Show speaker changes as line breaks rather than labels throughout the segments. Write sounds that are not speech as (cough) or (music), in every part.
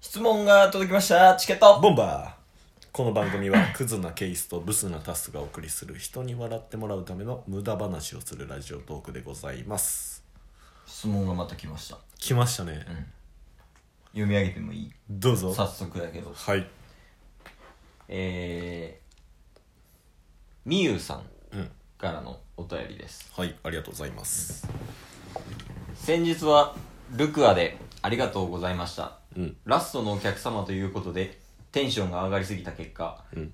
質問が届きました。チケット。
ボンバーこの番組はクズなケースとブスなタスがお送りする人に笑ってもらうための無駄話をするラジオトークでございます
質問がまた来ました。
来ましたね、
読み上げてもいい
どうぞ
早速だけど。
はい
えー、みゆうさん
うん
からのお便りです。
はいありがとうございます
先日はルクアでありがとうございました。
うん
ラストのお客様ということで、テンションが上がりすぎた結果、
うん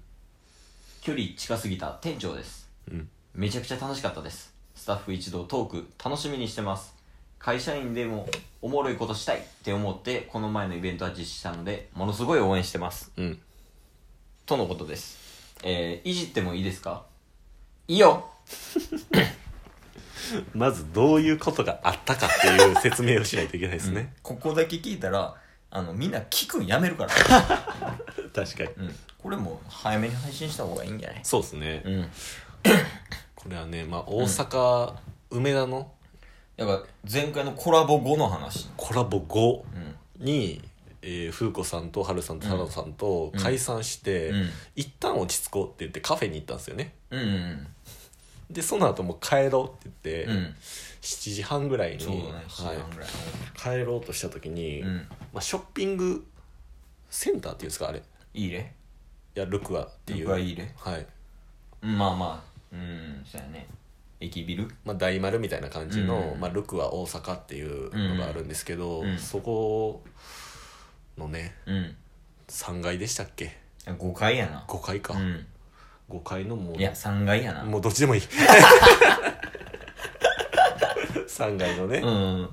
距離近すぎた店長です。
うん
めちゃくちゃ楽しかったです。スタッフ一同トーク楽しみにしてます。会社員でもおもろいことしたいって思って、この前のイベントは実施したので、ものすごい応援してます。
うん
とのことです。えー、いじってもいいですかいいよ
まずどういうことがあったかっていう説明をしないといけないですね、
ここだけ聞いたら、あの、みんな聞くんやめるから。
確かに、
うん。これも早めに配信した方がいいんじゃない
そうですね、
うん。
これはね、まあ、大阪、梅田の
だから前回のコラボ後の話
コラボ後
うん
に、えー、風子さんと春さんと太郎さんと
うん
解散して、
うん
一旦落ち着こうって言ってカフェに行ったんですよね
うん
でその後もう帰ろうって言って、
うんうん
7時半ぐらいに、
そうだね
は
7
い
時半ぐらい
帰ろうとした時に、
うん
まあ、ショッピングセンターっていうんですかあれい
いいね
やルクアっていう
ルクアいいね
はい
うんまあまあうんそうやね駅ビル
まあ、大丸みたいな感じの、
うん
まあ、ルクア大阪っていうのがあるんですけど、
うん
そこのね
うん
3階でしたっけ
5階やな
5階か、
うん
5階のもう
いや3階やな
もうどっちでもいい (laughs) 3階のね、
うん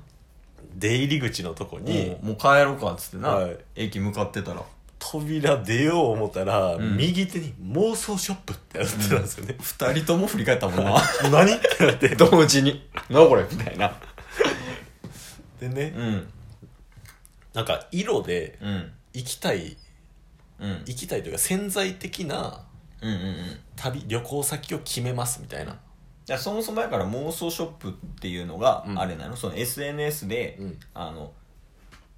出入り口のとこに、
もうもう帰ろうかっつってな
はい
駅向かってたら
扉出よう思ったら、
ん
右手に妄想ショップってなってたんですよね、 (laughs)
2人とも振り返ったもんな
何ってなって
(laughs) 同時に「なこれ」みたいな
でね、
うん
なんか色で
うん
行きたい
うん
行きたいというか潜在的な
うんうんうん
旅旅行先を決めますみたいな
だからそもそもやから妄想ショップっていうのが
うん
あれなの、その SNS で、
うん
あの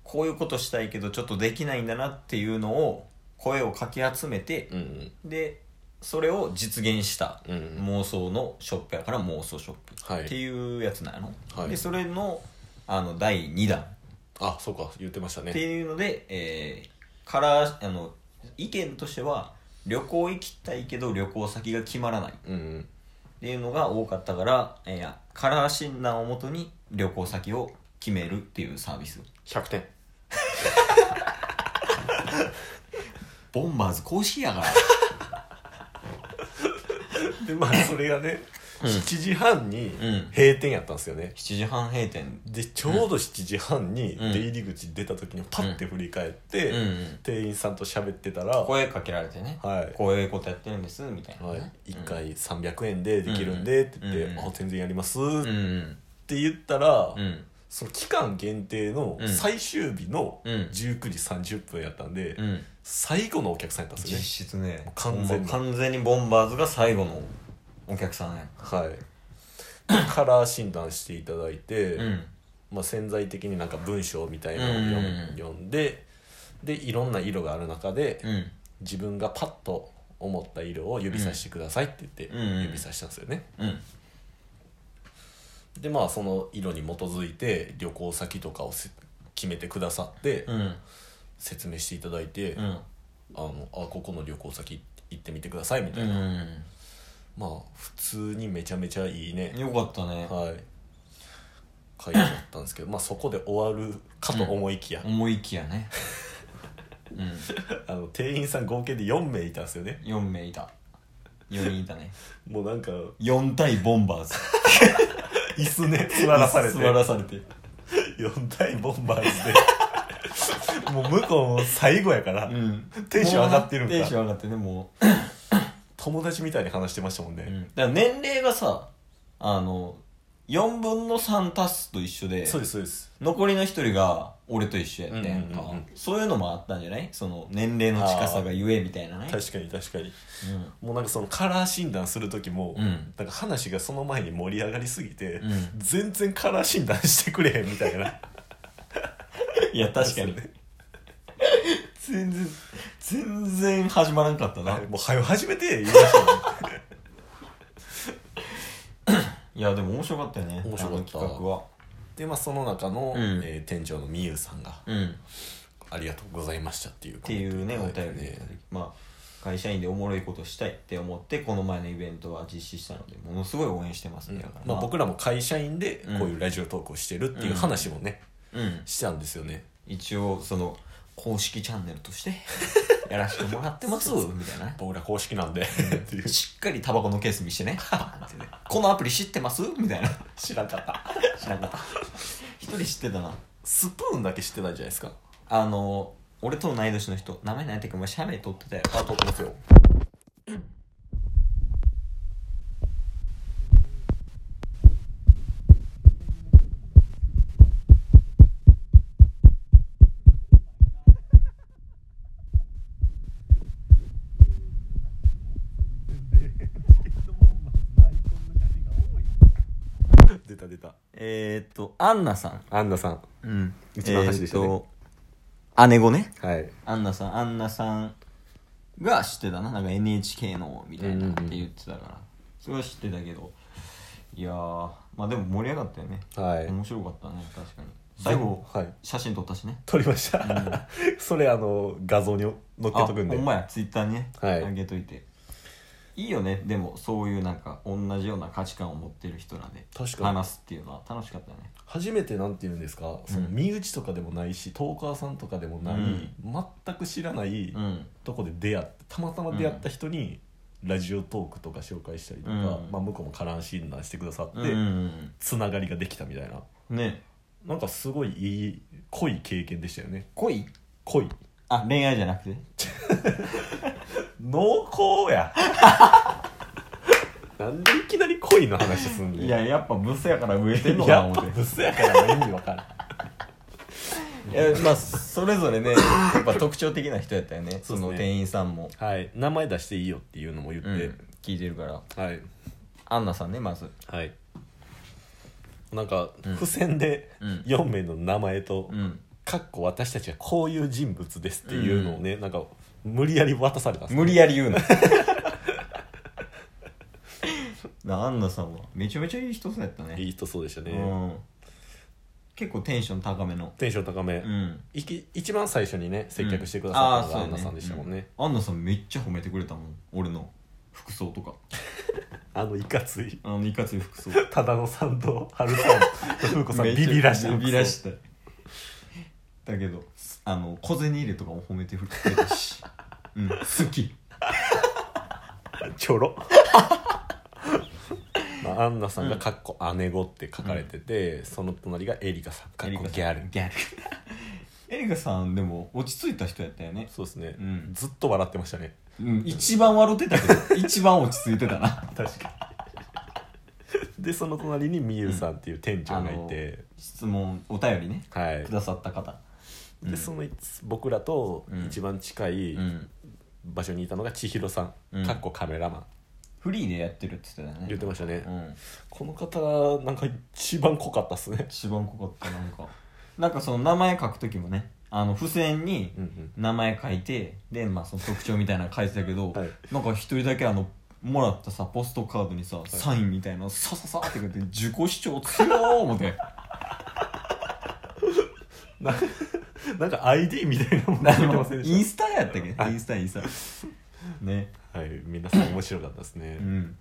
こういうことしたいけどちょっとできないんだなっていうのを声をかき集めて
う、ん
でそれを実現した
うん
妄想のショップやから妄想ショッ
は
プって
い
いうやつなの、
はい
でそれのあの第2弾
あそうか言ってました
って
ね
いうので、えーからあの意見としては旅行行きたいけど旅行先が決まらない
うん
っていうのが多かったから、えーカラー診断をもとに旅行先を決めるっていうサービス
100点
ボンバーズ公式やから (laughs)
でまあそれがね、
ん
7時半に
うん
閉店やったんですよね
7時半閉店
でちょうど7時半に
うん
出入り口出た時にパッて振り返って、
うんうん
店員さんと喋ってたら、
声かけられてね、
はい
こういうことやってるんですみたいな、
はい
ね、
1回300円でできるんでって言って
うん
「あ全然やります」っ
うんうん
て言ったら、
うん
その期間限定の
うん
最終日の
うん
19時30分やったんで、
うん
最後のお客さんやったんですよ
実
ね
質ね
完全に
ほんま完全にボンバーズが最後のお客さんや
はいでカラー診断していただいて、
うん
まあ、潜在的になんか文章みたいなのを
う
読,、
ん
読んででいろんな色がある中で、
うん
自分がパッと思った色を指さしてくださいって言って
うん
指さしたんですよね、
うん
でまあその色に基づいて旅行先とかをせ決めてくださって、
うん
説明していただいて、
う
あ
ん
のあここの旅行先行ってみてくださいみた
う
いな、
ん
まあ普通にめちゃめちゃいいね、
よかったね
はい会だったんですけどまあそこで終わるかと思いきや、
思いきやねうん
あの店員さん合計で4名いたんですよね
4名いた4人いたね
もうなんか
4対ボンバーズ
椅
(laughs)
子ね座らされて
座らされて
4対ボンバーズで (laughs) もう向こうも最後やから、
ん
テンション上がってるん
テンション
か
上がってねもう、
友達みたいに話してましたもん
うん
ね、
だから年齢がさあの4分の3足すと一緒で
そうですそうです
残りの1人が俺と一緒やってんか、
うんうんうんうん
そういうのもあったんじゃないその年齢の近さがゆえみたいなね
確かに確かにもうなんかそのカラー診断する時も、
うん
なんか話がその前に盛り上がりすぎて、
ん
全然カラ
(laughs)
ー診断してくれへんみたいな (laughs)
うん、いや確かに全然全然始まらんかったな
もう早う始めて言いまし
(laughs)
たね
いやでも面白かったよね
面白かった
あの企画は
でまあその中の、
うん
えー店長のみゆさんが
うん
「ありがとうございました」っていうっ
っていうねお便りで、
ね
まあ会社員でおもろいことしたいって思ってこの前のイベントは実施したのでものすごい応援してますね、だから
まあ、僕らも会社員でこういうラジオトークをしてるっていう話もね、
うん
したんですよね
一応その公式チャンネルとして
(laughs)
やらせてもらってますみたいなね
僕ら公式なんで (laughs) っていう
しっかりタバコのケース見して (laughs) ねバーンってねこのアプリ知ってますみたいな
知らんかった
知らんかった一人知ってたな
スプーンだけ知ってたんじゃないですか
あの俺と同い年の人名前何やったっけお前写メ撮ってたよ
あ撮ってますよ出た出た
えー、っとアンナさん
アンナさん
うん
一番端でしたね
えーっと姉子ね
はい
アンナさんアンナさんが知ってたななんか NHK のみたいなって言ってたから、それは知ってたけどいやーまあでも盛り上がったよね、
はい
面白かったね確かに最後、
はい
写真撮ったしね
撮りました、 (laughs) それあの画像に載っけ
あ
とくんで
ほんまやツイッターにね、
はい
あげといていいよねでもそういうなんか同じような価値観を持ってる人らで
確かに
話すっていうのは楽しかったよね
初めてなんて言うんですかその
うん
身内とかでもないし、トーカーさんとかでもない、
うん
全く知らない
うん
とこで出会ってたまたま出会った人にラジオトークとか紹介したりとか、
うん
まあ、向こうもカラン診断してくださって、
うんうん
つながりができたみたいな
うんね
なんかすごいいい濃い経験でしたよね
恋
濃い
あ恋愛じゃなくて
濃厚や (laughs) なんでいきなり恋の話すんねん
いややっぱブスやから植えてんのかな
やっ
思
ぱ
って
ブスやからもう意味わからん
いやまあそれぞれねやっぱ特徴的な人やったよねそ
そうっすね
の店員さんも、
はい名前出していいよっていうのも言って、
聞いてるから
はい
アンナさんねまず
はいなんか
うん
付箋で
うん
4名の名前と
うん
「かっこ私たちはこういう人物です」っていうのをね、なんか無理やり渡されたんですよ
無理やり言うな (laughs) なアンナさんはめちゃめちゃいい人そうやったね
いい人そうでしたね、
うん、結構テンション高めの
テンション高め、
うん
いき一番最初にね接客してくださったのがア
うん
ン
あーそうやね
ナさんでしたもんね、
アンナさんめっちゃ褒めてくれたもん俺の服装とか
あのいかつい
あのいかつい服装
ただのさんと春さんと風子さんビビらして
ビビらしただけどあの小銭入れとかも褒めてくれた
(laughs)
しうん好き
ちょろ (laughs) まあ、アンナさんが「かっこ姉子」って書かれてて、その隣がエリカさん「かっこギャル」
ギャル (laughs) エリカさんでも落ち着いた人やったよね、
そうですね、
うん
ずっと笑ってましたね
うん、一番笑ってたけど一番落ち着いてたな
確かにでその隣にみゆさんっていう店長がいて、
質問お便りね
はい
くださった方う
で
ん
そのいつ僕らと
うん
一番近い
うん
場所にいたのが千尋さ
うん
んかっこカメラマン、
フリーでやってるって言ってたよね
言ってましたね、
うん
この方なんか一番濃かったっすね
一番濃かったなんか (laughs) なんかその名前書く時もねあの付箋に
うん
名前書いてでまあその特徴みたいなの書いてたけど、
はい
なんか一人だけあのもらったさポストカードにさ、サインみたいなのさささってくれて自己主張強ー思
(laughs)
って
な (laughs) なんか ID みたいなもの
あ
出てません
の
で
イン
し
スタやったっけ
はい
インスタインスタね
た (laughs) はい皆さん面白かったですね、
うん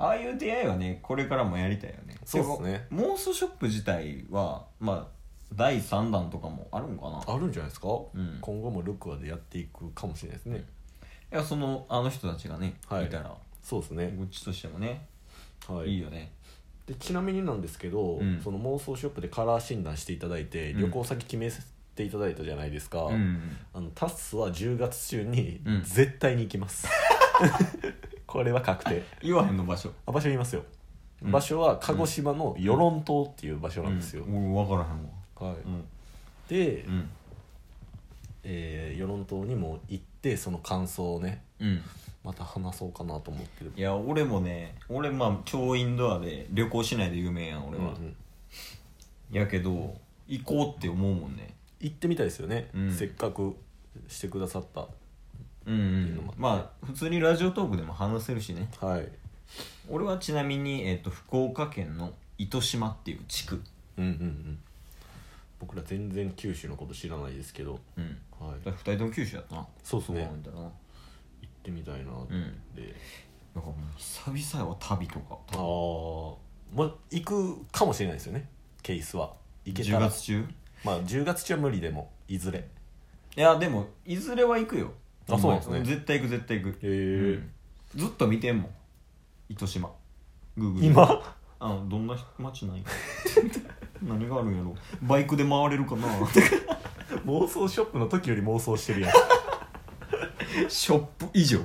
ああいう出会いはねこれからもやりたいよね
そうっすね
でも妄想ショップ自体はまあ第3弾とかもあるんかな
あるんじゃないですか、
ん
今後もルクアでやっていくかもしれないですね、
いやそのあの人たちがね、
はい
い、たら
そうですね、
こっちとしてもね、、
はい
いよね
でちなみになんですけど、
うん
その妄想ショップでカラー診断していただいて、
うん
旅行先決めていただいたじゃないですか、
うん
あのタッスは10月中に
うん
絶対に行きます、
(laughs)
これは確定
言わへんの場所
あ場所言いますよ、
うん
場所は鹿児島の与論島っていう場所なんですよ、
うん、俺分からへんわ
はい
うん
で、
うん
えー与論島にも行ってその感想をね
うん
また話そうかなと思ってる
いや俺もね俺まあ超インドアで旅行しないで有名やん俺
うんう
は、
ん
やけど行こうって思うもんね
行ってみたいですよね、
うん
せっかくしてくださった
うん、うん、まあ普通にラジオトークでも話せるしね
はい
俺はちなみに、えっと福岡県の糸島っていう地区、
うんうんうん僕ら全然九州のこと知らないですけど、
うん、
はい、
だ
行
2人とも九州やったな
そうそう
なんだななんか
ってみたいなって、
うんもう久々やわ旅とか
ああまあ行くかもしれないですよねケースは行けた
10
ら
月中
まあ10月中は無理でもいずれへ
いやでもいずれは行くよ
あそうなんですね
絶対行く絶対行く、
え
うんずっと見てんもん糸島グーグル
今
あどんな街なんや (laughs) 何があるんやろバイクで回れるか
(laughs)
な
妄想ショップの時より妄想してるやん (laughs)
ショップ以上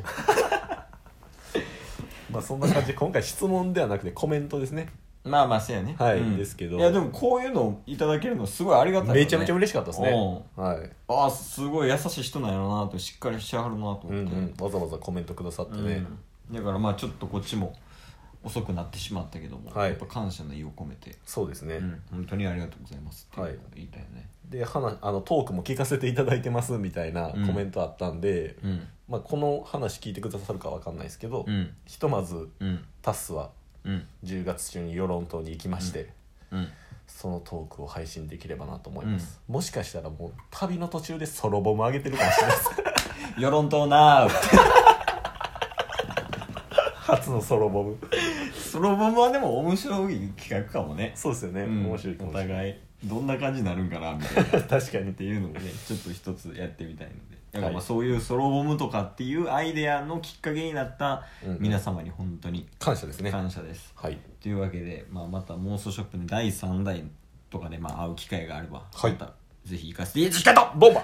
まあそんな感じで今回質問ではなくてコメントですね
まあまあそうやね
はい
うん
ですけど
いやでもこういうのいただけるのすごいありがたいよね
めちゃめちゃ嬉しかったですねはい
ああすごい優しい人なんやろなとしっかりしてはるなと思って、
うんうん、わざわざコメントくださって
う
ね、
んだからまあちょっとこっちも遅くなってしまったけども、
はい
やっぱ感謝の意を込めて、
そうですね、
うん本当にありがとうございますっていうのを言いたいよね、
で話あのトークも聞かせていただいてますみたいな
うん
コメントあったんで、
うん
まあ、この話聞いてくださるかわかんないですけど、
うん
ひとまず
うん
タッスは
うん
10月中に与論島に行きまして、
うん
そのトークを配信できればなと思います、もしかしたらもう旅の途中でソロボも上げてるかもしれない
(laughs)
です
世論党な
初のソロボム
そのままでも面白い企画かもね、
そうですよね、
うん
面白いか
お
もしれない
互いどんな感じになるんかなみたいなっ
確かにって
ていうのをねちょっと一つやってみたいのでだからま
は
あ
い
そういうソロボムとかっていうアイデアのきっかけになった
うん
皆様に本当に
感謝ですね
感謝です、
はい
というわけで、まあ、また妄想ショップの第3弾とかでまあ会う機会があれば、
はい
またぜひ行かせていただきたいとボンバー